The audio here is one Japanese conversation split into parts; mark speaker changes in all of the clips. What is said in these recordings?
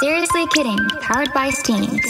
Speaker 1: Seriously Kidding, powered by Steams.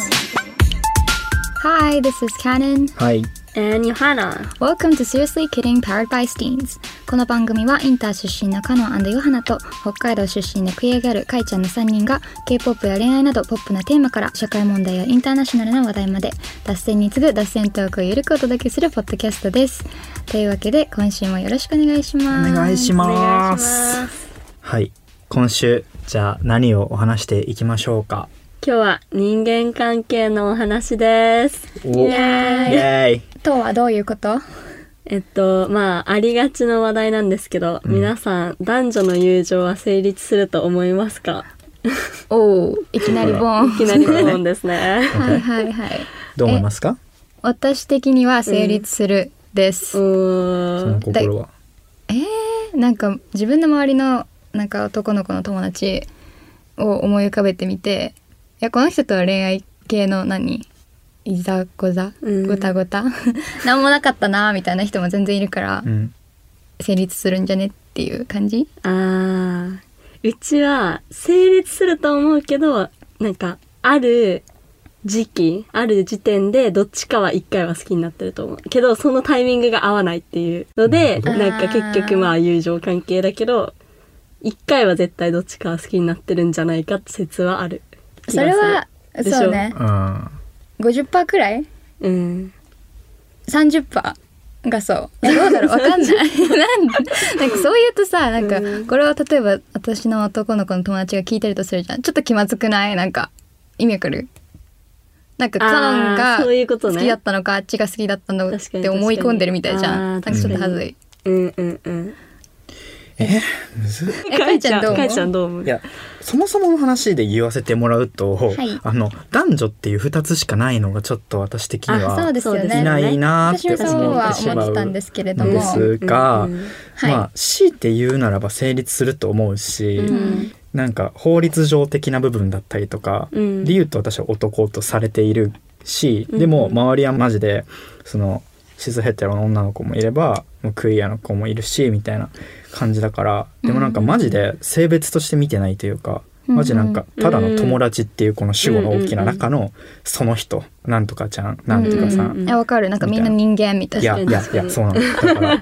Speaker 1: Hi, this is Canon.
Speaker 2: はい。
Speaker 3: And Johanna.
Speaker 1: Welcome to Seriously Kidding, powered by Steams. この番組はインター出身のカノンヨハナと北海道出身のクイアギャルカイちゃんの3人が K-POP や恋愛などポップなテーマから社会問題やインターナショナルな話題まで脱線に次ぐ脱線トークをゆるくお届けするポッドキャストです。というわけで今週もよろしくお願いし
Speaker 2: お
Speaker 1: ます。
Speaker 2: 願いし
Speaker 3: お願
Speaker 2: ま
Speaker 3: いし
Speaker 2: す。
Speaker 3: ます。
Speaker 2: はい。今週、じゃあ何をお話していきましょうか。
Speaker 3: 今日は人間関係のお話です。
Speaker 2: お
Speaker 3: イエーイ
Speaker 2: イエーイ
Speaker 1: とはどういうこと
Speaker 3: えっと、まあ、ありがちな話題なんですけど、皆さん、男女の友情は成立すると思いますか
Speaker 1: おお、いきなりボーン。
Speaker 3: いきなり疑問ですね。
Speaker 1: はいはいはい。
Speaker 2: どう思いますか
Speaker 1: 私的には成立するです、
Speaker 2: そ
Speaker 3: うー
Speaker 2: の
Speaker 3: ん。
Speaker 2: 心は。
Speaker 1: なんか自分の周りのなんか男の子の友達を思い浮かべてみていやこの人とは恋愛系の何いざこざ
Speaker 3: うん
Speaker 1: ごたごた なんもなかったなみたいな人も全然いるから
Speaker 2: うん。
Speaker 1: 成立するんじゃねっていう感じ
Speaker 3: あー。うちは、成立すると思うけど、なんか、ある時期、ある時点で、どっちかは一回は好きになってると思う。けど、そのタイミングが合わないっていうので、
Speaker 2: な
Speaker 1: るほど
Speaker 3: なんか結局まあ友情関係だけど、一回は絶対どっちかは好きになってるんじゃないかって説はある。
Speaker 1: それは
Speaker 3: 気がする
Speaker 1: そうね
Speaker 2: うん。
Speaker 1: 50%くらい
Speaker 3: うん。
Speaker 1: 30%がそう。どう だろうわかんない。なんなんかそう言うとさ、なんか
Speaker 3: うん
Speaker 1: これを例えば私の男の子の友達が聞いてるとするじゃん。ちょっと気まずくないなんか意味わかるなんか
Speaker 3: あー
Speaker 1: カノンが
Speaker 3: そういうこと
Speaker 1: 好
Speaker 3: ね
Speaker 1: きだったのかあっちが好きだったのっ
Speaker 3: 確かに
Speaker 1: て思い込んでるみたいじゃん。なん
Speaker 3: 確
Speaker 1: かち
Speaker 3: かに
Speaker 1: ょっとはずい。
Speaker 3: うんうんうん。
Speaker 2: えむずっ
Speaker 1: えかいちゃんどう
Speaker 3: か
Speaker 1: 思
Speaker 3: いちゃん
Speaker 1: う
Speaker 3: どう思う
Speaker 2: いや、そもそもの話で言わせてもらうと、
Speaker 1: い
Speaker 2: あの、男女っていう二つしかないのがちょっと私的に
Speaker 1: あそう
Speaker 2: は
Speaker 1: ですよね
Speaker 3: そうです
Speaker 2: いないなーっ
Speaker 1: 私
Speaker 2: て
Speaker 1: もそう
Speaker 2: 思っ
Speaker 1: は
Speaker 2: てし
Speaker 1: 思
Speaker 2: ま
Speaker 1: ってたん
Speaker 2: う
Speaker 1: ですけれど
Speaker 2: の
Speaker 1: も。
Speaker 2: ですが
Speaker 3: うんうんうん、
Speaker 1: はい
Speaker 2: まあ、強いて言うならば成立すると思うし、
Speaker 3: うん
Speaker 2: なんか法律上的な部分だったりとか、
Speaker 3: うん
Speaker 2: 理由と私は男とされているし、
Speaker 3: うん
Speaker 2: でも周りはマジでそのシスヘテロの女の子もいればもうクイアの子もいるしみたいな感じだからでもなんかマジで性別として見てないというか、
Speaker 1: うん
Speaker 2: マジなんかただの友達っていうこの主語の大きな中のその人なんとかちゃんなんとかさん、
Speaker 3: うん
Speaker 1: えわかるなんかみんな人間みたい
Speaker 2: いや
Speaker 1: な。
Speaker 2: いやいやそうなのだ から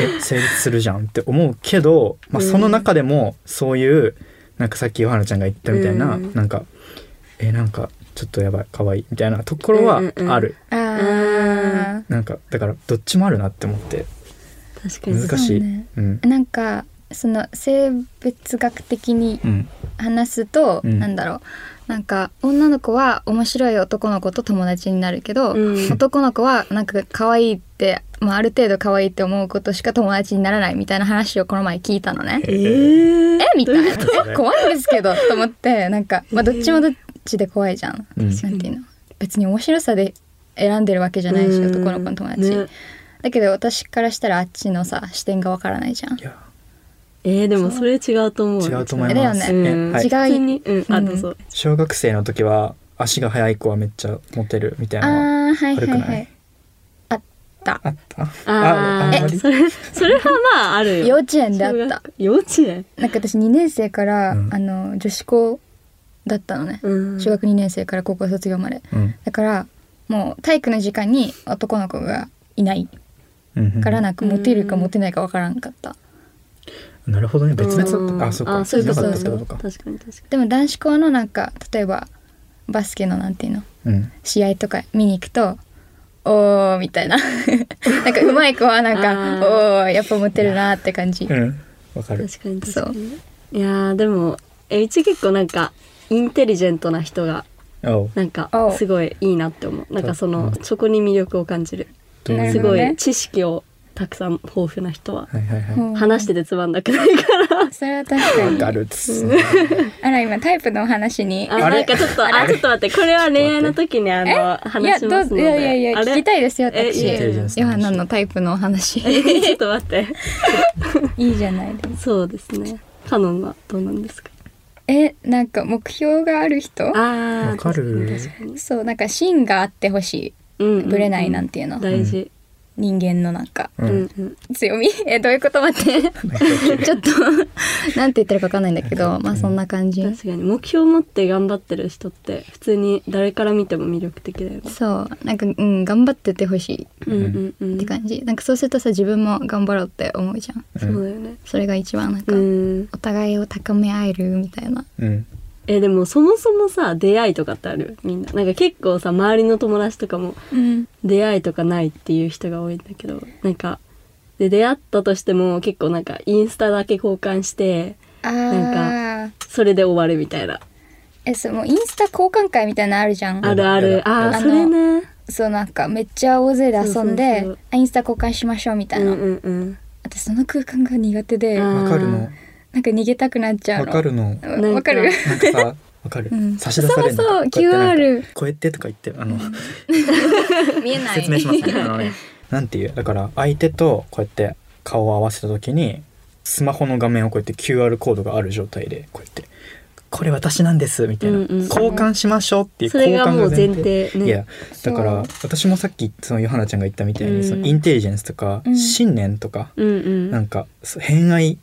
Speaker 2: え成立するじゃんって思うけど、まあ、
Speaker 3: うん
Speaker 2: その中でもそういうなんかさっきヨハナちゃんが言ったみたいな、
Speaker 3: うん
Speaker 2: なんかえなんかちょっとやばい可愛いみたいなところはある、
Speaker 3: うんうんうん
Speaker 1: あー
Speaker 2: なんかだからどっちもあるなって思って
Speaker 3: 確かに。
Speaker 2: 難しい
Speaker 1: そう
Speaker 2: う,、
Speaker 1: ね
Speaker 2: ん
Speaker 1: なんかその性別学的に
Speaker 2: うん
Speaker 1: 話すと、
Speaker 2: うん
Speaker 1: なんだろうなんか女の子は面白い男の子と友達になるけど、
Speaker 3: うん
Speaker 1: 男の子はなんか可愛いって、まあ、ある程度可愛いって思うことしか友達にならないみたいな話をこの前聞いたのね。
Speaker 3: えー
Speaker 1: えみたいな
Speaker 2: こと
Speaker 1: え怖いんですけどと思ってなんか、まあ、どっちもどっちで怖いじゃん。
Speaker 2: うん
Speaker 1: なんていうの別に面白さで選んでるわけじゃないし
Speaker 3: うん
Speaker 1: 男の子の友達、
Speaker 3: ね
Speaker 1: だけど私からしたらあっちのさ視点がわからないじゃん
Speaker 2: い。や
Speaker 3: えー、でもそれ違うと思う。
Speaker 2: 違うと思います、
Speaker 1: だよ
Speaker 3: ね
Speaker 2: えはい
Speaker 1: 違う
Speaker 3: 普通にうん、あ、
Speaker 1: うん
Speaker 3: どうぞ。
Speaker 2: 小学生の時は足が速い子はめっちゃモテるみたいな
Speaker 1: あーはいはい
Speaker 2: 悪く
Speaker 1: は
Speaker 2: ないい。
Speaker 1: あった
Speaker 2: あ。った
Speaker 3: あ
Speaker 2: あんま
Speaker 3: あ、
Speaker 2: り
Speaker 3: それ、それはまああるよ。
Speaker 1: 幼稚園であった。
Speaker 3: 幼稚園
Speaker 1: なんか私2年生から、
Speaker 2: うん
Speaker 1: あの女子校だったのね、
Speaker 3: うん
Speaker 1: 中学2年生から高校卒業まで
Speaker 2: うん
Speaker 1: だからもう体育の時間に男の子がいない
Speaker 2: うんうん
Speaker 1: からなんかモテるか
Speaker 3: うん
Speaker 1: モテないかわからんかった、
Speaker 2: なるほどね別々だったあそうか
Speaker 3: あそういうこと
Speaker 2: な
Speaker 3: だ
Speaker 2: かったって
Speaker 3: ね
Speaker 2: ことか
Speaker 3: 確かに確か
Speaker 1: でも男子校のなんか例えばバスケのなんていうの
Speaker 2: うん
Speaker 1: 試合とか見に行くと「おー」みたいな なんか上手い子はなんか「おーやっぱモテるな」って感じ、
Speaker 2: うんわか
Speaker 3: に。
Speaker 2: る
Speaker 3: 確かに確かに。いやー、でも、え、うち結構なんか、インテリジェントな人が、
Speaker 2: おう
Speaker 3: なんか
Speaker 1: お、
Speaker 3: すごいいいなって思う。なんかその、そこに魅力を感じる。
Speaker 2: どういう
Speaker 1: な
Speaker 3: す
Speaker 1: るほ
Speaker 3: ご
Speaker 1: どね
Speaker 3: い知識をたくさん豊富な人は。
Speaker 2: はいはいはい
Speaker 1: うん
Speaker 3: 話しててつまんなくないから。
Speaker 1: それは確か
Speaker 2: わ
Speaker 1: に
Speaker 2: かるっす、
Speaker 1: あら今タイプのお話に
Speaker 3: あ、
Speaker 2: あれ
Speaker 3: なんかちょっと、あ、ちょっと待って、これは恋愛の時に あ
Speaker 1: え
Speaker 3: の、話しますので。
Speaker 1: いやどういやいやいや
Speaker 3: あれ
Speaker 1: 聞きたいですよ
Speaker 3: え
Speaker 1: 私
Speaker 3: いやいやい
Speaker 2: や
Speaker 1: ヨハナのタイプのお話い
Speaker 3: え ちょっと待って。
Speaker 1: いじゃないですか
Speaker 3: そうですね。カノンはどうなんですか。
Speaker 1: えなんか目標がある人
Speaker 3: あ
Speaker 2: わかる
Speaker 3: 確かに確かに
Speaker 1: そうなんか芯があってほし
Speaker 3: うんうんう
Speaker 1: い
Speaker 3: ん
Speaker 1: ぶれないなんていうの、
Speaker 3: 大事。
Speaker 1: 人間のなんか
Speaker 2: う
Speaker 3: うんんうん
Speaker 1: 強みえどういうこと待ってちょっとなんて言ってるか分かんないんだけどまあそんな感じ
Speaker 3: 確かに目標を持って頑張ってる人って普通に誰から見ても魅力的だよね。
Speaker 1: そうなんかうん頑張っててほし
Speaker 3: うんうんうん。
Speaker 1: いって感じなんかそうするとさ自分も頑張ろうって思うじゃん
Speaker 2: う
Speaker 3: そ
Speaker 2: ん
Speaker 3: うだよね。
Speaker 1: それが一番なんか、
Speaker 3: うん。
Speaker 1: お互いを高め合えるみたいな
Speaker 2: うん
Speaker 3: えでもそもそもさ出会いとかってあるみんな。なんか結構さ周りの友達とかも
Speaker 1: うん
Speaker 3: 出会いとかないっていう人が多いんだけどなんかで出会ったとしても結構なんかインスタだけ交換して
Speaker 1: あー
Speaker 3: なそれで終わるみたいな。
Speaker 1: えそうもうインスタ交換会みたいなのあるじゃん
Speaker 3: あるある。あ
Speaker 1: あ
Speaker 3: あ
Speaker 1: の
Speaker 3: それね。
Speaker 1: そうなんかめっちゃ大勢で遊んで
Speaker 3: そうそうそう
Speaker 1: あインスタ交換しましょうみた
Speaker 3: う
Speaker 1: い
Speaker 3: ん
Speaker 1: な、
Speaker 3: うんうん。
Speaker 1: 私その空間が苦手で
Speaker 3: あ
Speaker 1: なん
Speaker 3: ー
Speaker 2: わかるの
Speaker 1: か逃げたくなっちゃう
Speaker 2: わ
Speaker 1: の
Speaker 2: かるの
Speaker 1: うん
Speaker 3: なんか
Speaker 1: わかる
Speaker 2: なんかさわかる、
Speaker 1: うん
Speaker 2: 差し出されるの
Speaker 1: そうそう
Speaker 2: こうやってなんか
Speaker 1: QR
Speaker 2: こうやってとか言ってあの
Speaker 1: 見えない
Speaker 2: 説明しますね
Speaker 1: う
Speaker 2: あのねなんていうだから相手とこうやって顔を合わせた時にスマホの画面をこうやって QR コードがある状態でこうやって「これ私なんです」みたいな、
Speaker 3: うんうん
Speaker 2: 交換しましょうっていう
Speaker 3: それ
Speaker 2: 交換
Speaker 3: がもう前
Speaker 2: 提
Speaker 3: 提ね。
Speaker 2: いや
Speaker 1: そ
Speaker 2: だ
Speaker 1: う
Speaker 2: から私もさっきそのヨハナちゃんが言ったみたいに、
Speaker 3: うん
Speaker 2: そのインテリジェンスとか、
Speaker 1: うん
Speaker 2: 信念とか、
Speaker 3: うんうん。
Speaker 2: なんかそう偏愛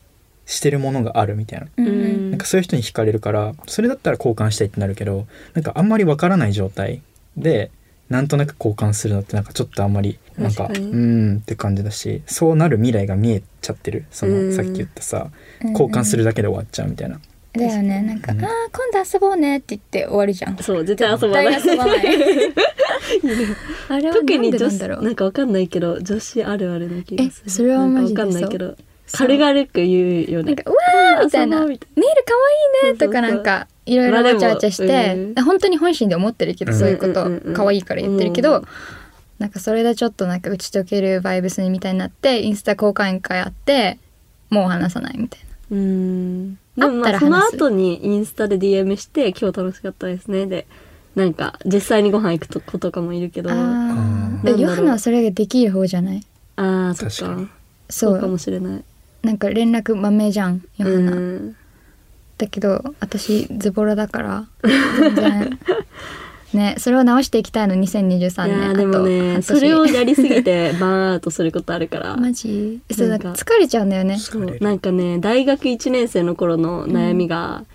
Speaker 2: してるものがあるみたいな。
Speaker 1: んう
Speaker 3: うん
Speaker 1: ん
Speaker 2: なんかそういう人に惹かれるからそれだったら交換したいってなるけどなんかあんまりわからない状態でなんとなく交換するのってなんかちょっとあんまりなんか
Speaker 3: 確
Speaker 2: う
Speaker 3: かに
Speaker 2: ーんって感じだしそうなる未来が見えちゃってるそ
Speaker 3: うん
Speaker 2: のさっき言ったさ
Speaker 1: うん
Speaker 2: 交換するだけで終わっちゃうみたいな
Speaker 1: だよねなんか「あ
Speaker 2: う
Speaker 1: ー
Speaker 2: ん
Speaker 1: 今度遊ぼうね」って言って終わるじ ゃん
Speaker 3: そう絶対遊ばない。
Speaker 1: 絶対遊ばない あれはなん
Speaker 3: 特に
Speaker 1: でな
Speaker 3: 女
Speaker 1: ん
Speaker 3: 子
Speaker 1: だろ
Speaker 3: な
Speaker 1: うん
Speaker 3: かわかんないけど女子あるあるな気がする。
Speaker 1: えそれはマジで
Speaker 3: な
Speaker 1: そうん
Speaker 3: かわかんないけど
Speaker 1: そう
Speaker 3: 軽々く言うよ
Speaker 1: な
Speaker 3: ね
Speaker 1: ん。か「うわー」みたいな「
Speaker 3: 遊
Speaker 1: ネ
Speaker 3: ぼう
Speaker 1: イル可愛いね」とか
Speaker 3: そうそうそう
Speaker 1: なんかいろいろ
Speaker 3: まあで
Speaker 1: わ
Speaker 3: も
Speaker 1: ちゃわちゃして、
Speaker 3: う
Speaker 1: 本当に本心で思ってるけど、
Speaker 2: うん
Speaker 1: そういうこ
Speaker 3: うんうんう
Speaker 1: と
Speaker 3: ん
Speaker 1: 可愛いから言ってるけど、
Speaker 3: うん
Speaker 1: なんかそれでちょっとなんか打ち解けるバイブスみたいになってインスタ交換会あってもう話さないみたいな
Speaker 3: うん。でもま
Speaker 1: 会
Speaker 3: あ
Speaker 1: った
Speaker 3: そ
Speaker 1: ら
Speaker 3: の
Speaker 1: 話す
Speaker 3: 後にインスタで DM して今日楽しかったですねでなんか実際にご飯行くと子とかもいるけどあ
Speaker 1: あ
Speaker 2: あ
Speaker 1: ー
Speaker 3: ー
Speaker 1: えヨハナはそれができる方じゃない
Speaker 3: あーそっ
Speaker 2: 確か
Speaker 3: か
Speaker 2: に
Speaker 1: そ
Speaker 3: そうかも
Speaker 1: う
Speaker 3: しれない。
Speaker 1: なんか連絡まめじゃんヨハ
Speaker 3: う
Speaker 1: ナ、
Speaker 3: ん。
Speaker 1: だけど私ズボラだから全 然ねそれを直していきたいの2023
Speaker 3: い
Speaker 1: 年
Speaker 3: や
Speaker 1: あ
Speaker 3: ー
Speaker 1: と
Speaker 3: でも
Speaker 1: 半
Speaker 3: ね
Speaker 1: 年
Speaker 3: それをやりすぎてバーンアウトすることあるから
Speaker 1: マジそうな
Speaker 3: な
Speaker 1: ん
Speaker 3: んか
Speaker 1: か疲れちゃうんだよね
Speaker 3: そ
Speaker 2: 疲れ
Speaker 3: う
Speaker 2: る
Speaker 3: なんかね大学1年生の頃の悩みが、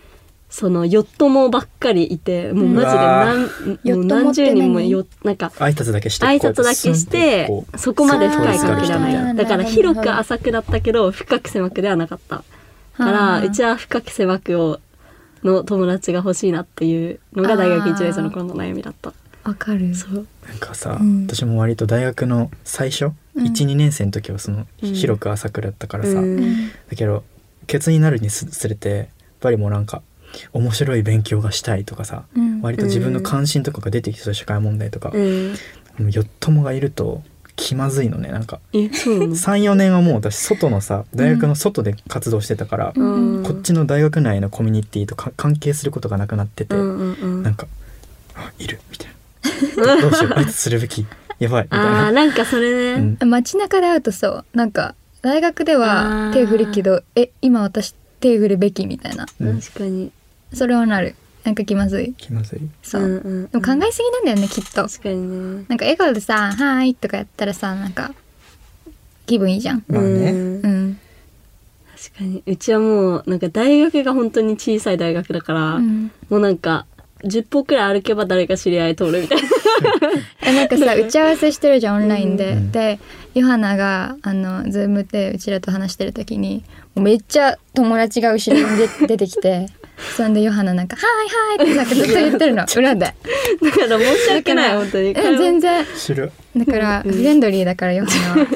Speaker 3: そのヨットモばっかりいてもうマジで
Speaker 2: うわ
Speaker 3: 何,、もう
Speaker 1: ヨットモ
Speaker 3: 何
Speaker 1: って
Speaker 3: 十
Speaker 1: 何
Speaker 3: 人もよなんか
Speaker 2: 挨拶だけして
Speaker 3: 挨拶だけして
Speaker 2: こうやってスンってこう
Speaker 3: そこまで深い関係だみたい
Speaker 1: そう
Speaker 3: なだから広く浅くだったけど深く狭くではなかったからうちは深く狭くをの友達が欲しいなっていうのが大学1年生の頃の悩みだった
Speaker 1: わかる
Speaker 3: そう
Speaker 2: なんかさ、
Speaker 1: うん
Speaker 2: 私も割と大学の最初、
Speaker 1: うん
Speaker 2: 12年生の時はその
Speaker 3: うん
Speaker 2: 広く浅くだったからさ、
Speaker 3: うん
Speaker 1: うん
Speaker 2: だけどケツになるにつつれてやっぱりもうなんか面白い勉強がしたいとかさ、
Speaker 1: うん
Speaker 2: 割と自分の関心とかが出てきそう社会問題とか、も
Speaker 3: うん
Speaker 2: うよっともがいると気まずいのねなんか
Speaker 3: えそうなの
Speaker 2: 34年はもう私外のさ大学の外で活動してたから、
Speaker 1: うん
Speaker 3: うん
Speaker 2: こっちの大学内のコミュニティとか関係することがなくなってて、
Speaker 3: うんうんうん
Speaker 2: なんか「あいる」みたいな「ど うしよう挨拶するべきやばい」みたい
Speaker 3: あー
Speaker 2: な。
Speaker 3: なんかそれ
Speaker 2: う
Speaker 3: ね、
Speaker 2: ん
Speaker 1: 街中で会うとそうなんか大学では
Speaker 3: あー
Speaker 1: 手振るけどえ今私手振るべきみたいな
Speaker 2: うん
Speaker 3: 確かに
Speaker 1: それはなるなんか気まずい
Speaker 2: 気まずい
Speaker 1: そう、
Speaker 3: んうんうん、
Speaker 1: でも考えすぎなんだよねきっと
Speaker 3: 確かにね
Speaker 1: なんか笑顔でさ「はーい」とかやったらさなんか気分いいじゃん
Speaker 2: まあね
Speaker 3: うん
Speaker 1: うん、
Speaker 3: 確かにうちはもうなんか大学が本当に小さい大学だから、
Speaker 1: うん
Speaker 3: もうなんか10歩くらい歩けば誰か知り合い通るみたいな
Speaker 1: えなんかさ打ち合わせしてるじゃんオンラインで、
Speaker 2: うん
Speaker 1: でヨハナがあのズームでうちらと話してる時にもうめっちゃ友達が後ろにで出てきてそんでヨハナなんか「はいはい」ってなんかずっと言ってるの裏で
Speaker 3: だから申し訳ない本当に
Speaker 1: え全然
Speaker 2: 知る
Speaker 1: だからフレンドリーだからヨハナは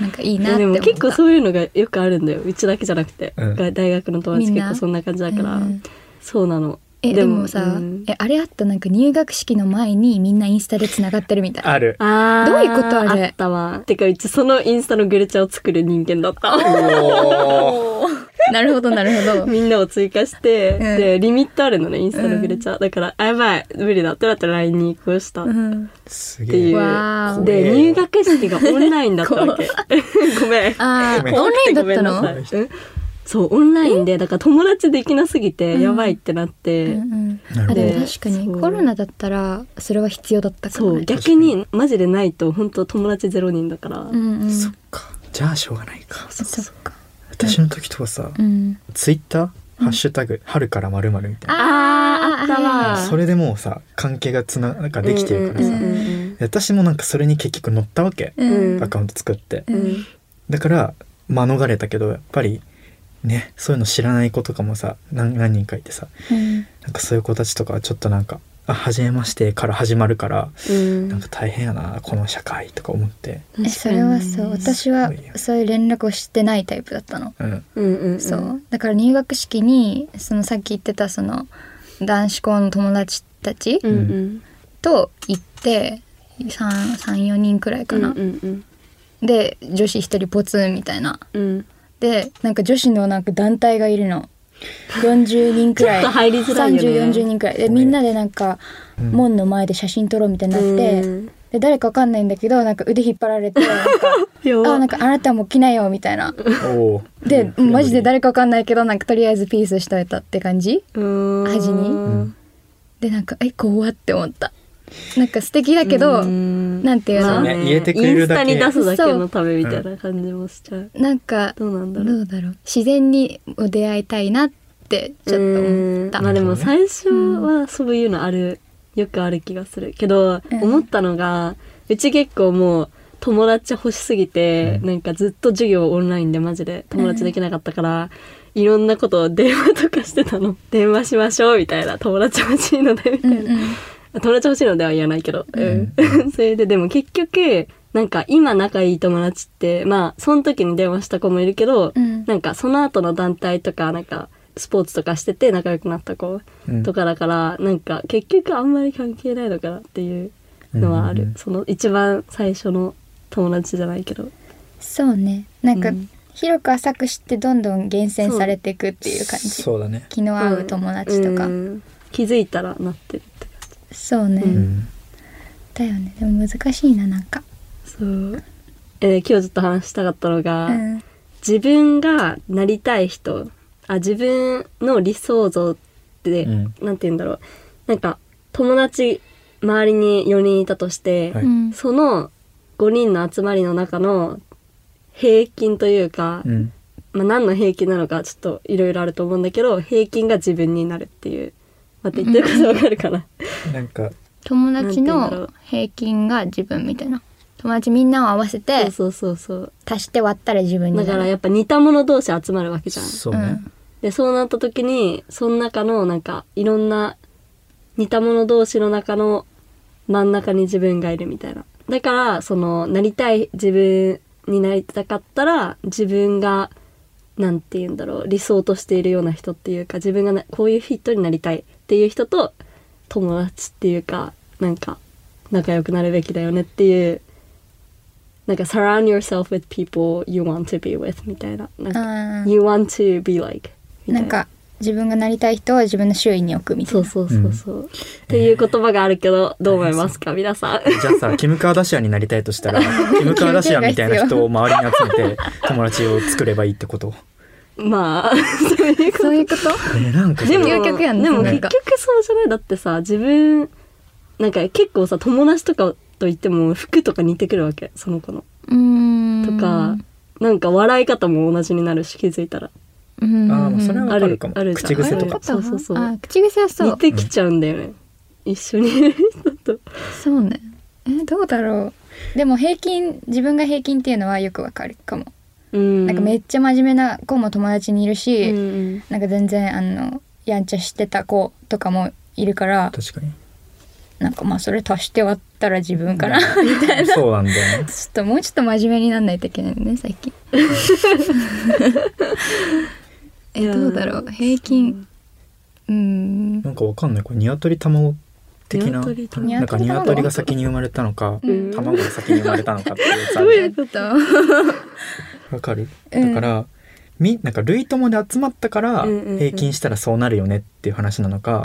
Speaker 1: なんかいい
Speaker 3: い
Speaker 1: なっ
Speaker 3: や
Speaker 1: て
Speaker 3: で
Speaker 1: 思っ
Speaker 3: も
Speaker 1: た
Speaker 3: 結構そういうのがよくあるんだようちだけじゃなくて、
Speaker 2: うん
Speaker 3: が大学の友達
Speaker 1: みん
Speaker 3: 結
Speaker 1: な
Speaker 3: 構そんな感じだから、
Speaker 1: うん
Speaker 3: そうなの
Speaker 1: えでもさ、
Speaker 3: うん
Speaker 1: えあれあったなんか入学式の前にみんなインスタでつながってるみたいな
Speaker 2: ある
Speaker 3: あー
Speaker 1: どういうことあれ
Speaker 3: あったわてかうちそのインスタのグルチャを作る人間だった
Speaker 1: なるほどなるほど
Speaker 3: みんなを追加して、
Speaker 1: ん
Speaker 3: でリミットあるのねインスタのグレチャー、だからあやばい無理だってなったら LINE に移行した、
Speaker 1: うん
Speaker 2: す
Speaker 3: って
Speaker 2: げ
Speaker 3: いう
Speaker 2: え
Speaker 1: わー
Speaker 2: 怖え
Speaker 3: で入学式がオンラインだったわけ ごめん
Speaker 1: あー
Speaker 2: ごめん
Speaker 1: オンラインだった
Speaker 3: ごめんな
Speaker 1: の
Speaker 3: さいうんそうオンラインでだから友達できなすぎ
Speaker 1: う
Speaker 3: て
Speaker 1: ん
Speaker 3: やばいってなって、
Speaker 1: うん
Speaker 2: な
Speaker 1: うん、あ
Speaker 2: るほど
Speaker 1: でも確かに
Speaker 3: そう
Speaker 1: コロナだったらそれは必要だったか
Speaker 3: そ
Speaker 1: も、
Speaker 3: う
Speaker 1: ね、
Speaker 3: 逆にマジでないと本当友達ゼロ人だから、
Speaker 1: うんうん
Speaker 2: そっかじゃあしょうがないか
Speaker 1: そっか
Speaker 2: 私の時とかさ、
Speaker 1: うん
Speaker 2: ツイッターハッシュタグ春からまるみたいな
Speaker 3: あーあったわ
Speaker 2: それでもうさ関係がつななんかできてるからさ、
Speaker 1: うんうんうん
Speaker 2: 私もなんかそれに結局乗ったわけ、
Speaker 1: うんうん
Speaker 2: アカウント作って
Speaker 1: うん
Speaker 2: だから免れたけどやっぱりねそういうの知らない子とかもさ何何人かいてさ
Speaker 1: うん
Speaker 2: なんかそういう子たちとかはちょっとなんか「あ初めまして」から始まるから
Speaker 3: うん
Speaker 2: なんか大変やなこの社会とか思って、
Speaker 1: えそれはそう私は
Speaker 2: すごいよ
Speaker 1: そういう連絡をしてないタイプだったの、
Speaker 2: うん、
Speaker 3: うんうんん
Speaker 1: そうだから入学式にそのさっき言ってたその男子校の友達たち
Speaker 3: うんうん
Speaker 1: と行って34人くらいかな、
Speaker 3: うんうん
Speaker 1: で女子一人ポツンみたいな
Speaker 3: うん
Speaker 1: でなんか女子のなんか団体がいるの40人くらい
Speaker 3: ちょっと入りづらいよね
Speaker 1: 3040人くらいでみんなでなんか
Speaker 2: うん
Speaker 1: 門の前で写真撮ろうみたいになって、
Speaker 3: うん
Speaker 1: で誰かわかんないんだけどなんか腕引っ張られてなんか
Speaker 3: やば
Speaker 1: あなんかあなたも来ないよみたいな
Speaker 2: おお
Speaker 1: でマジで誰かわかんないけどなんかとりあえずピースしといたって感じ
Speaker 3: うーん
Speaker 1: 端に
Speaker 2: ん
Speaker 1: でなんかえ怖って思ったなんか素敵だけど、
Speaker 3: うん
Speaker 1: なんていうの
Speaker 2: そうね言えてくれるだけ
Speaker 3: インスタに出すだけのためみたいな感じもしちゃう、
Speaker 1: なんか
Speaker 3: どうなんだろ
Speaker 1: ど
Speaker 3: う
Speaker 1: うだろう自然に出会いたいなってちょっと思った
Speaker 3: うんまあでも最初はそういうのある、よくある気がするけど、
Speaker 1: うん
Speaker 3: 思ったのがうち結構もう友達欲しすぎて、
Speaker 2: うん
Speaker 3: なんかずっと授業オンラインでマジで友達できなかったから、いろんなことを電話とかしてたの電話しましょうみたいな友達欲しいのでみた
Speaker 1: う
Speaker 3: い
Speaker 1: ん
Speaker 3: な、
Speaker 1: うん
Speaker 3: 友達欲しいのでは言わないけど、うん それででも結局なんか今仲いい友達ってまあその時に電話した子もいるけど、
Speaker 1: うん
Speaker 3: なんかその後の団体とかなんかスポーツとかしてて仲良くなった子
Speaker 2: うん
Speaker 3: とかだから、なんか結局あんまり関係ないのかなっていうのはある、
Speaker 2: うん
Speaker 3: その一番最初の友達じゃないけど
Speaker 1: そうねなんか、
Speaker 3: うん
Speaker 1: 広く浅く知ってどんどん厳選されていくっていう感じ
Speaker 2: そうだね、
Speaker 1: 気の合う友達とか、
Speaker 3: うん気づいたらなってるって感じ
Speaker 1: そうね、
Speaker 3: うん
Speaker 2: うん
Speaker 1: だよねでも難しいななんか、
Speaker 3: そう、えー今日ちょっと話したかったのが、
Speaker 1: うん
Speaker 3: 自分がなりたい人あ自分の理想像って、
Speaker 2: うん
Speaker 3: なんて言うんだろうなんか友達周りに4人いたとして、
Speaker 2: はい
Speaker 1: うん
Speaker 3: その5人の集まりの中の平均というか、
Speaker 2: うん
Speaker 3: まあ、何の平均なのかちょっといろいろあると思うんだけど平均が自分になるっていう待って言ってることわかるかな、
Speaker 2: なんか
Speaker 1: 友達
Speaker 3: なんて言うんだ
Speaker 1: の
Speaker 3: ろ
Speaker 1: 平均が自分みたいな友達みんなを合わせて
Speaker 3: そうそうそう
Speaker 1: 足して割ったら自分
Speaker 3: そう
Speaker 1: にな
Speaker 3: だ
Speaker 1: る
Speaker 3: からやっぱ似た者同士集まるわけじゃん
Speaker 2: そうね、
Speaker 3: でそうなった時にその中のなんかいろんな似た者同士の中の真ん中に自分がいるみたいなだからそのなりたい自分になりたかったら自分がなんて言うんだろう理想としているような人っていうか自分がなこういう人になりたいっていう人と友達っていうかなんか仲良くなるべきだよねっていうなんか surround yourself with people you want to be with みたいななんか
Speaker 1: あー
Speaker 3: You want to be like みた
Speaker 1: ないんか自分がなりたい人を自分の周囲に置くみた
Speaker 3: そ
Speaker 1: いうな
Speaker 3: そうそうそう、っていう言葉があるけどどう思いますか皆さん
Speaker 2: じゃあさキム・カーダシアンになりたいとしたらキム・カーダシアンみたいな人を周りに集めて友達を作ればいいってこと
Speaker 3: まあそういうこと
Speaker 1: そういうこと
Speaker 2: えなんか
Speaker 3: でも
Speaker 1: 究極やんね
Speaker 3: でも
Speaker 1: な
Speaker 3: 結
Speaker 1: んか
Speaker 3: 局そうじゃないだってさ自分なんか結構さ友達とかと言っても服とか似てくるわけその子の
Speaker 1: うーん
Speaker 3: とか、なんか笑い方も同じになるし気づいたら
Speaker 1: うん
Speaker 2: あーまあそれはわ
Speaker 3: あ
Speaker 2: か
Speaker 3: る
Speaker 2: るかも
Speaker 3: ある
Speaker 2: 口癖とか
Speaker 3: そうそうそう
Speaker 1: あ口癖はそ
Speaker 3: 似
Speaker 1: う
Speaker 3: てきちゃうんだよね、一緒にい る人と
Speaker 1: そうねえどうだろうでも平均自分が平均っていうのはよくわかるかも、
Speaker 3: うん
Speaker 1: なんかめっちゃ真面目な子も友達にいるし、
Speaker 3: うんうん
Speaker 1: なんか全然あのやんちゃしてた子とかもいるから
Speaker 2: 確かに
Speaker 1: なんかまあそれ足して割ったら自分かな ちょ
Speaker 2: そうなんだよね
Speaker 1: っともうちょっと真面目になんないといけないね最近
Speaker 3: い
Speaker 1: え
Speaker 3: やー
Speaker 1: どうだろう平均うん
Speaker 2: なんかわかんないこれ鶏卵的な
Speaker 3: 鶏卵
Speaker 2: なんか鶏が先に生まれたのか
Speaker 1: うん
Speaker 2: 卵が先に生まれたのかっていうさ
Speaker 3: どういう
Speaker 1: ちょっと
Speaker 2: わかる
Speaker 1: うん
Speaker 2: だからみなんか類友で集まったから
Speaker 3: うんうんうん
Speaker 2: 平均したらそうなるよねっていう話なのか
Speaker 1: あ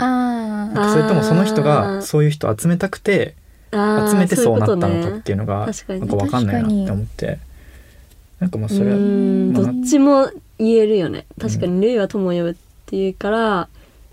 Speaker 1: ー
Speaker 2: なんかそれともその人がそういう人集めたくて
Speaker 3: あー
Speaker 2: 集めてそうなったの
Speaker 3: そういうこと
Speaker 2: か
Speaker 3: ね
Speaker 2: っていうのが
Speaker 3: 確かに
Speaker 2: なんかわかんないなって思ってなんかまあそれは
Speaker 3: うーん
Speaker 2: まあ
Speaker 3: どっちも言えるよね確かに「類は友を呼ぶ」っていうから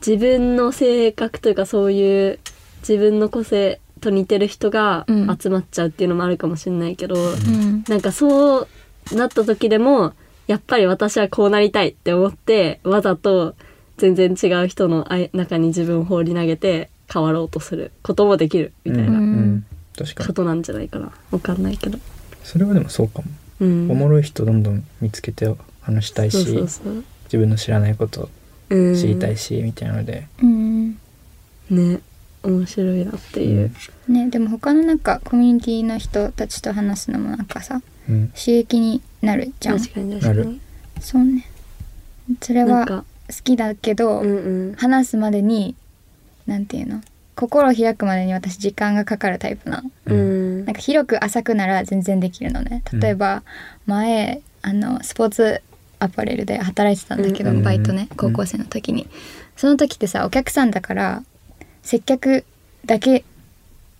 Speaker 3: 自分の性格というかそういう自分の個性と似てる人が
Speaker 1: うん
Speaker 3: 集まっちゃうっていうのもあるかもしれないけど、
Speaker 1: うん
Speaker 3: なんかそうなった時でもやっぱり私はこうなりたいって思ってわざと全然違う人のあい中に自分を放り投げて変わろうとすることもできるみたい
Speaker 2: うん
Speaker 3: な
Speaker 2: うん確か
Speaker 3: こ
Speaker 2: に
Speaker 3: となんじゃないかなわかんないけど。
Speaker 2: それはでもそうかも、
Speaker 3: うん、
Speaker 2: おもろい人どんどん見つけて話したいし
Speaker 3: そうそう
Speaker 2: 自分の知らないこと
Speaker 3: そう、うん、
Speaker 2: 知りたいし、みたいなので
Speaker 1: うん
Speaker 3: ね面白いなっていう、
Speaker 1: ねでも他のなんかコミュニティの人たちと話すのもなんかさ
Speaker 2: うん
Speaker 1: 刺激になるじゃん
Speaker 3: 確かに確かに
Speaker 1: そうねそれ
Speaker 3: なん
Speaker 1: は
Speaker 3: か
Speaker 1: 好きだけど、
Speaker 3: うんうん
Speaker 1: 話すまでになんていうの心を開くまでに私時間がかかるタイプなの
Speaker 2: う
Speaker 3: う
Speaker 2: ん
Speaker 3: ん
Speaker 1: なんか広く浅くなら全然できるのね例えば前あのスポーツアパレルで働いてたんだけど、
Speaker 2: うん
Speaker 1: バイトね
Speaker 2: うん
Speaker 1: 高校生の時に、その時ってさお客さんだから接客だけ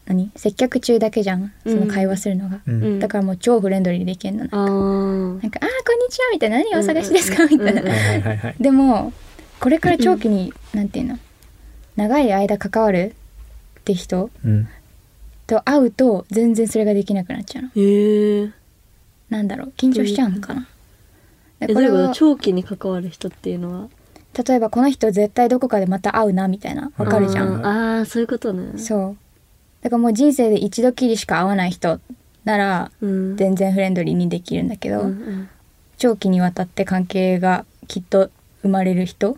Speaker 1: 何接客中だけじゃんその会話するのが、
Speaker 2: うん
Speaker 3: うん
Speaker 1: だからもう超フレンドリーでいけんのね
Speaker 3: あー
Speaker 1: なんか「あーこんにちは」みたいな「何をお探しですか?」みたいな
Speaker 3: うん
Speaker 2: はいはいはいはい
Speaker 1: でもこれから長期に、なんていうの長い間関わるって人
Speaker 2: うん
Speaker 1: と会うと全然それができなくなっちゃうの
Speaker 3: へえ
Speaker 1: なんだろう緊張しちゃうのかな
Speaker 3: え
Speaker 1: でこ
Speaker 3: どうい
Speaker 1: れ
Speaker 3: うこと
Speaker 1: は
Speaker 3: 長期に関わる人っていうのは
Speaker 1: 例えばこの人絶対どこかでまた会うなみたいなわかるじゃ
Speaker 2: うん
Speaker 3: あーあーそういうことね
Speaker 1: そうだからもう人生で一度きりしか会わない人なら
Speaker 3: うん
Speaker 1: 全然フレンドリーにできるんだけど、
Speaker 3: うん
Speaker 1: 長期にわたって関係がきっと生まれる人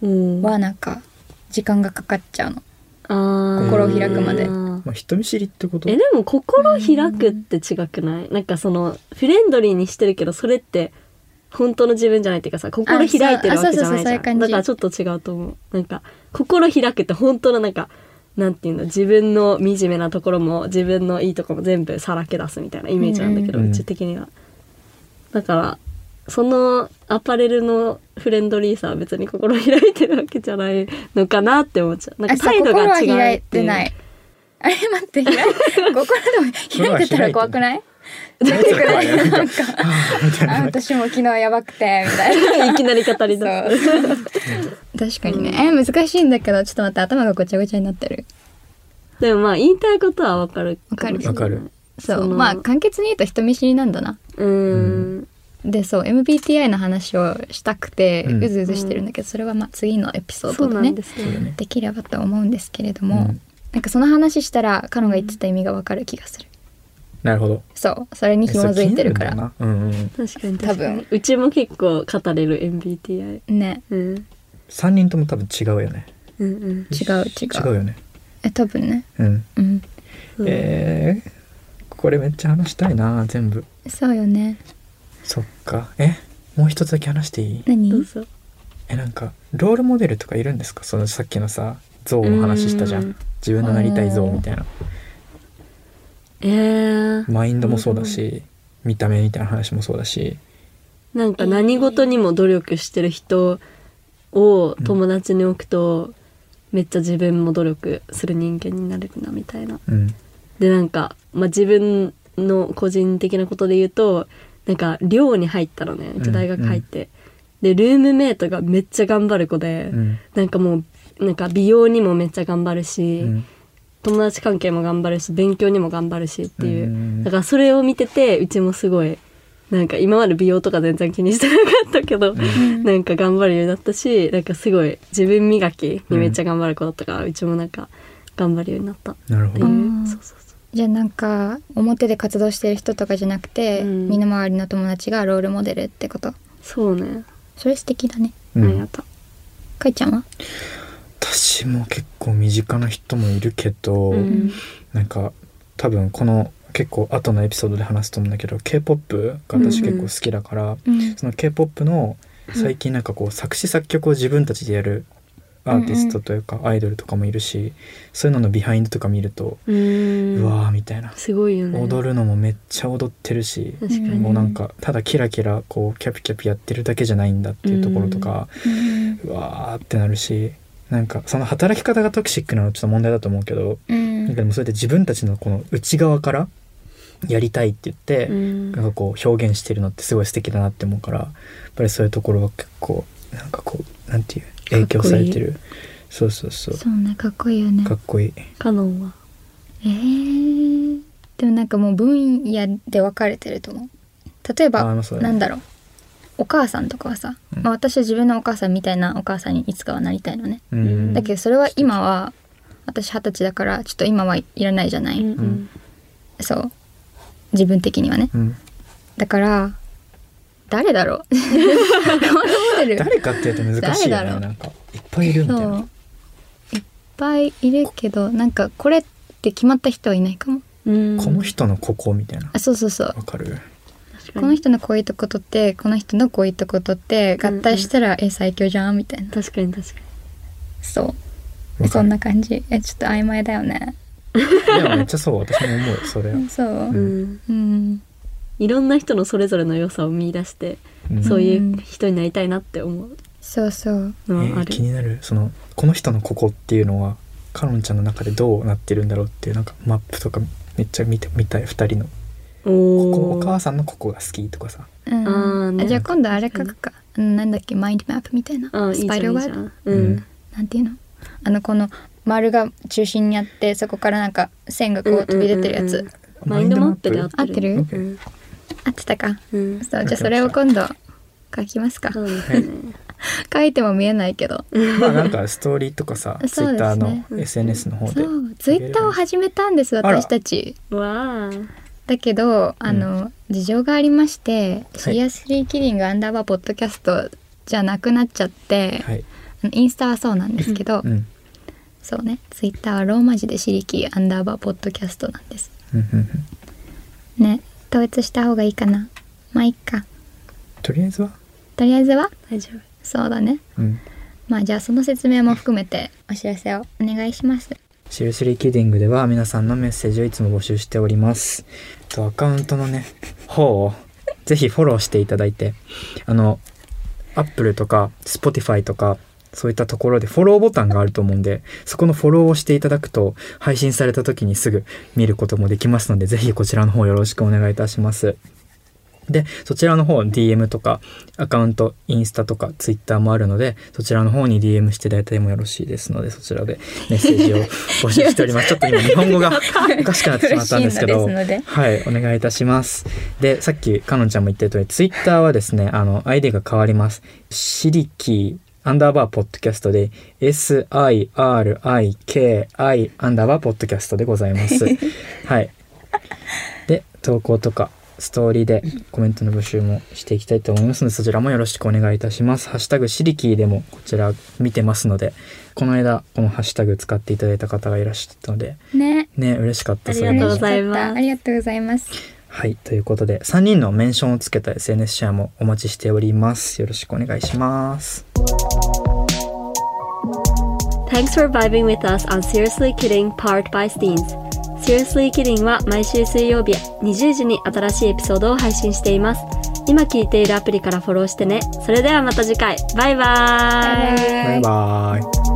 Speaker 3: うん
Speaker 1: はなんか時間がかかっちゃうの
Speaker 3: あー
Speaker 1: 心を開くまで
Speaker 3: うん
Speaker 2: まあ人見知りってこと
Speaker 3: えでも心を開くって違くないなんかそのフレンドリーにしてるけどそれって本当の自分じゃないっていうかさ心開いてるわけじゃない
Speaker 1: あそうあそうそうそう
Speaker 3: じ
Speaker 1: い
Speaker 3: ゃ
Speaker 1: う感
Speaker 3: ん
Speaker 1: じ
Speaker 3: だからちょっと違うと思うなんか心開くって本当のなんかなんていうの自分の惨めなところも自分のいいところも全部さらけ出すみたいなイメージなんだけど、
Speaker 2: う
Speaker 3: うんち的にはだからそのアパレルのフレンドリーさは別に心開いてるわけじゃないのかなって思っちゃうなん
Speaker 1: あ
Speaker 3: か
Speaker 1: そう
Speaker 3: 態度
Speaker 1: 心は
Speaker 3: が違う
Speaker 1: 開い
Speaker 3: って
Speaker 1: て
Speaker 3: いう
Speaker 1: ないあれ待って開い心でも開いてたら怖くない開いてくない なんかあ私も昨日やばくてみたいな
Speaker 3: いきなり語りだ
Speaker 1: そう確かにね、え難しいんだけどちょっと待って頭がごちゃごちゃになってる
Speaker 3: でもまあ言いたいことはわかるもしれない
Speaker 2: わかるわかる
Speaker 1: そう
Speaker 3: その
Speaker 1: まあ簡潔に言うと人見知りなんだな
Speaker 3: うーん
Speaker 1: でそう MBTI の話をしたくて
Speaker 2: うん
Speaker 1: うずうずしてるんだけど、それはまあ次のエピソード
Speaker 3: そう
Speaker 1: で
Speaker 3: なん
Speaker 1: ね
Speaker 3: です
Speaker 2: そうだ
Speaker 3: ね
Speaker 2: ね
Speaker 1: できればと思うんですけれども、
Speaker 2: うん
Speaker 1: なんかその話したらカノが言ってた意味がわかる気がする
Speaker 2: なるほど
Speaker 1: そうそれに紐づいてるから
Speaker 2: えそれ気になるんだよなうんうん
Speaker 3: 確かに
Speaker 1: 多
Speaker 3: 多
Speaker 1: 分
Speaker 3: 分うちも結構語れる MBTI
Speaker 1: ね
Speaker 3: うん
Speaker 2: 3人とも多分違うよね
Speaker 3: うんうん
Speaker 1: 違う違う
Speaker 2: 違うよね
Speaker 1: え多分ね
Speaker 2: うん
Speaker 1: うん
Speaker 3: うん
Speaker 2: えー、これめっちゃ話したいな全部
Speaker 1: そうよね
Speaker 2: そっかえもう一つだけ話していい
Speaker 1: 何
Speaker 3: どうぞ
Speaker 2: えなんかロールモデルとかいるんですかそのさっきのさ像の話したじゃ
Speaker 3: うん
Speaker 2: ん自分のなりたい像みたいな
Speaker 3: えー、
Speaker 2: マインドもそうだし見た目みたいな話もそうだし
Speaker 3: なんか何事にも努力してる人を友達に置くと、めっちゃ自分も努力する人間になれるなみたいな
Speaker 2: うん
Speaker 3: でなんか、まあ、自分の個人的なことで言うとなんか寮に入ったのねうち大学入って、でルームメイトがめっちゃ頑張る子で、
Speaker 2: うん
Speaker 3: なんかもうなんか美容にもめっちゃ頑張るし、
Speaker 2: うん
Speaker 3: 友達関係も頑張るし勉強にも頑張るしっていう、
Speaker 2: うん
Speaker 3: だからそれを見ててうちもすごいなんか今まで美容とか全然気にしてなかったけど、なんか頑張るようになったしなんかすごい自分磨きにめっちゃ頑張る子だったから、うちもなんか頑張るようになったって
Speaker 2: なるほ
Speaker 3: いう、
Speaker 2: ど
Speaker 1: うん
Speaker 3: そうそうそう。
Speaker 1: じゃあなんか表で活動してる人とかじゃなくて、
Speaker 3: うん
Speaker 1: 身の回りの友達がロールモデルってこと
Speaker 3: そうね。
Speaker 1: それ素敵だね
Speaker 2: う
Speaker 3: ありが
Speaker 2: ん
Speaker 3: と
Speaker 1: かいちゃんは
Speaker 2: 私も結構身近な人もいるけど
Speaker 3: う。
Speaker 1: ん
Speaker 2: なんか多分この結構後のエピソードで話すと思うんだけど k p o p が私結構好きだから、
Speaker 1: うん
Speaker 2: その k p o p の最近なんかこう作詞作曲を自分たちでやるアーティストというかアイドルとかもいるし、そういうののビハインドとか見ると、
Speaker 3: う。
Speaker 2: うんわーみたいな、
Speaker 3: すごいよね。
Speaker 2: 踊るのもめっちゃ踊ってるし、
Speaker 3: 確か
Speaker 1: うん
Speaker 3: に。
Speaker 2: もうなんかただキラキラこうキャピキャピやってるだけじゃないんだっていうところとか、
Speaker 1: うん
Speaker 2: うわーってなるしなんかその働き方がトキシックなのはちょっと問題だと思うけど、
Speaker 1: う
Speaker 2: なん
Speaker 1: ん
Speaker 2: かでもそれで自分たちのこの内側からやりたいって言って、
Speaker 3: うん
Speaker 2: なんかこう表現してるのってすごい素敵だなって思うからやっぱりそういうところは結構なんかこうなんていう影響されてるそうそうそう
Speaker 1: そうねかっこいいよね
Speaker 2: かっこいい
Speaker 3: カノンは
Speaker 1: えー、でもなんかもう分野で分かれてると思う例えば
Speaker 2: あまあそうだね
Speaker 1: なんだろうお母さんとかはさ、
Speaker 2: うん
Speaker 1: まあ、私は自分のお母さんみたいなお母さんにいつかはなりたいのね、
Speaker 2: うん
Speaker 1: だけどそれは今は私二十歳だからちょっと今はいらないじゃない、
Speaker 2: ん
Speaker 1: そう自分的にはね
Speaker 2: うん
Speaker 1: だから誰だろう ロールモデル
Speaker 2: 誰かって言うと難し
Speaker 1: 誰
Speaker 2: いよ
Speaker 1: だ
Speaker 2: ね
Speaker 1: ろう
Speaker 2: なんかいっぱいいるみたい
Speaker 1: そ
Speaker 2: な
Speaker 1: ういっぱいいるけどなんかこれって決まった人はいないかも
Speaker 3: うん
Speaker 2: この人のここみたいな
Speaker 1: あそうそうそう
Speaker 2: わかる
Speaker 3: 確か
Speaker 1: こ
Speaker 3: に
Speaker 1: の人のこういうとことってこの人のこういうとことって合体したら、え最強じゃんみたいな
Speaker 3: 確かに確かに
Speaker 1: そ
Speaker 2: わ
Speaker 1: う
Speaker 2: か
Speaker 1: そ
Speaker 2: る
Speaker 1: んな感じえちょっと曖昧だよね
Speaker 2: でもめっちゃそう私も思うよそれは、
Speaker 1: そう
Speaker 3: う
Speaker 1: うんん、
Speaker 3: いろんな人のそれぞれの良さを見出して
Speaker 2: うん
Speaker 3: そういう人になりたいなって思う
Speaker 1: そうそう
Speaker 2: え
Speaker 3: のはあ
Speaker 2: ー
Speaker 3: る
Speaker 2: 気になるそのこの人のここっていうのはカロンちゃんの中でどうなってるんだろうっていうなんかマップとかめっちゃ見てみたい二人のここお
Speaker 3: お
Speaker 2: 母
Speaker 3: ー
Speaker 2: さんのここが好きとかさ
Speaker 1: うん
Speaker 3: あーね
Speaker 1: じゃあ今度あれ書くか、うんなんだっけマインドマップみたいな
Speaker 3: あーい
Speaker 1: ス
Speaker 3: いじ
Speaker 1: パ
Speaker 3: ゃ
Speaker 1: イ
Speaker 3: んい
Speaker 1: ラル
Speaker 3: い
Speaker 1: ワ
Speaker 3: じ
Speaker 1: ー
Speaker 3: ゃ
Speaker 1: ド
Speaker 3: んうん
Speaker 1: なんていうのあのこの丸が中心にあってそこからなんか線がこう飛び出てるやつ、
Speaker 3: うんうんうんマインドマップで合
Speaker 1: 合ってる
Speaker 3: ってる
Speaker 1: 合ってたか
Speaker 3: うんうん
Speaker 1: そうじゃあそれを今度書きますか
Speaker 3: そうですね
Speaker 1: 書いても見えないけど
Speaker 2: まあなんかストーリーとかさ、ツ イ
Speaker 1: そう
Speaker 2: ッ
Speaker 1: で
Speaker 2: ター
Speaker 1: すね
Speaker 2: の SNS の方
Speaker 1: そ
Speaker 2: で
Speaker 1: うツイッターを始めたんです
Speaker 2: あら
Speaker 1: 私たち
Speaker 3: わあ
Speaker 1: だけどあの、事情がありまして「シリアスリーキリングアンダーバーポッドキャスト」じゃなくなっちゃって、
Speaker 2: はい、
Speaker 1: あのインスタはそうなんですけど、
Speaker 2: うん、
Speaker 1: そうねツイッターはローマ字で「シリキアンダーバーポッドキャスト」なんです
Speaker 2: うんうんうん
Speaker 1: ね統一した方がいいかなまあいっか
Speaker 2: とりあえずは、
Speaker 1: とりあえずは
Speaker 3: 大丈夫
Speaker 1: そうだね
Speaker 2: うん、
Speaker 1: まあじゃあその説明も含めてお知らせをお願いします
Speaker 2: シルシリキーディングでは皆さんのメッセージをいつも募集しております。とアカウントのね、方をぜひフォローしていただいて、あの、Apple とか Spotify とか、そういったところでフォローボタンがあると思うんで、そこのフォローをしていただくと、配信された時にすぐ見ることもできますので、ぜひこちらの方よろしくお願いいたします。で、そちらの方 DM とかアカウント、インスタとか Twitter もあるので、そちらの方に DM していただいてもよろしいですので、そちらでメッセージを募集しており ます。ちょっと今日本語がおかしくなってしまったんですけど、
Speaker 1: 嬉しいのですので
Speaker 2: はい、お願いいたします。で、さっきかのんちゃんも言った通り、ツイッターはですね、あの、ID が変わります。シリキーアンダーバーポッドキャストで、SIRIKI アンダーバーポッドキャストでござ います。はい。で、投稿とか、ストーリーでコメントの募集もしていきたいと思いますので、そちらもよろしくお願いいたします。ハッシュタグシリキーでもこちら見てますので、この間、このハッシュタグ使っていただいた方がいらっしゃったので、
Speaker 1: ね
Speaker 2: ね、嬉しかった、
Speaker 3: ありがとうございま
Speaker 1: 嬉しか
Speaker 3: す
Speaker 1: ったありがとうございます
Speaker 2: はい、ということで、3人のメンションをつけた SNS シェアもお待ちしております。よろしくお願いします。
Speaker 3: Thanks for vibing with us on Seriously Kidding Powered by Steens Seriously Kidding は毎週水曜日20時に新しいエピソードを配信しています今聞いているアプリからフォローしてねそれではまた次回バイバイ
Speaker 2: バイバイ。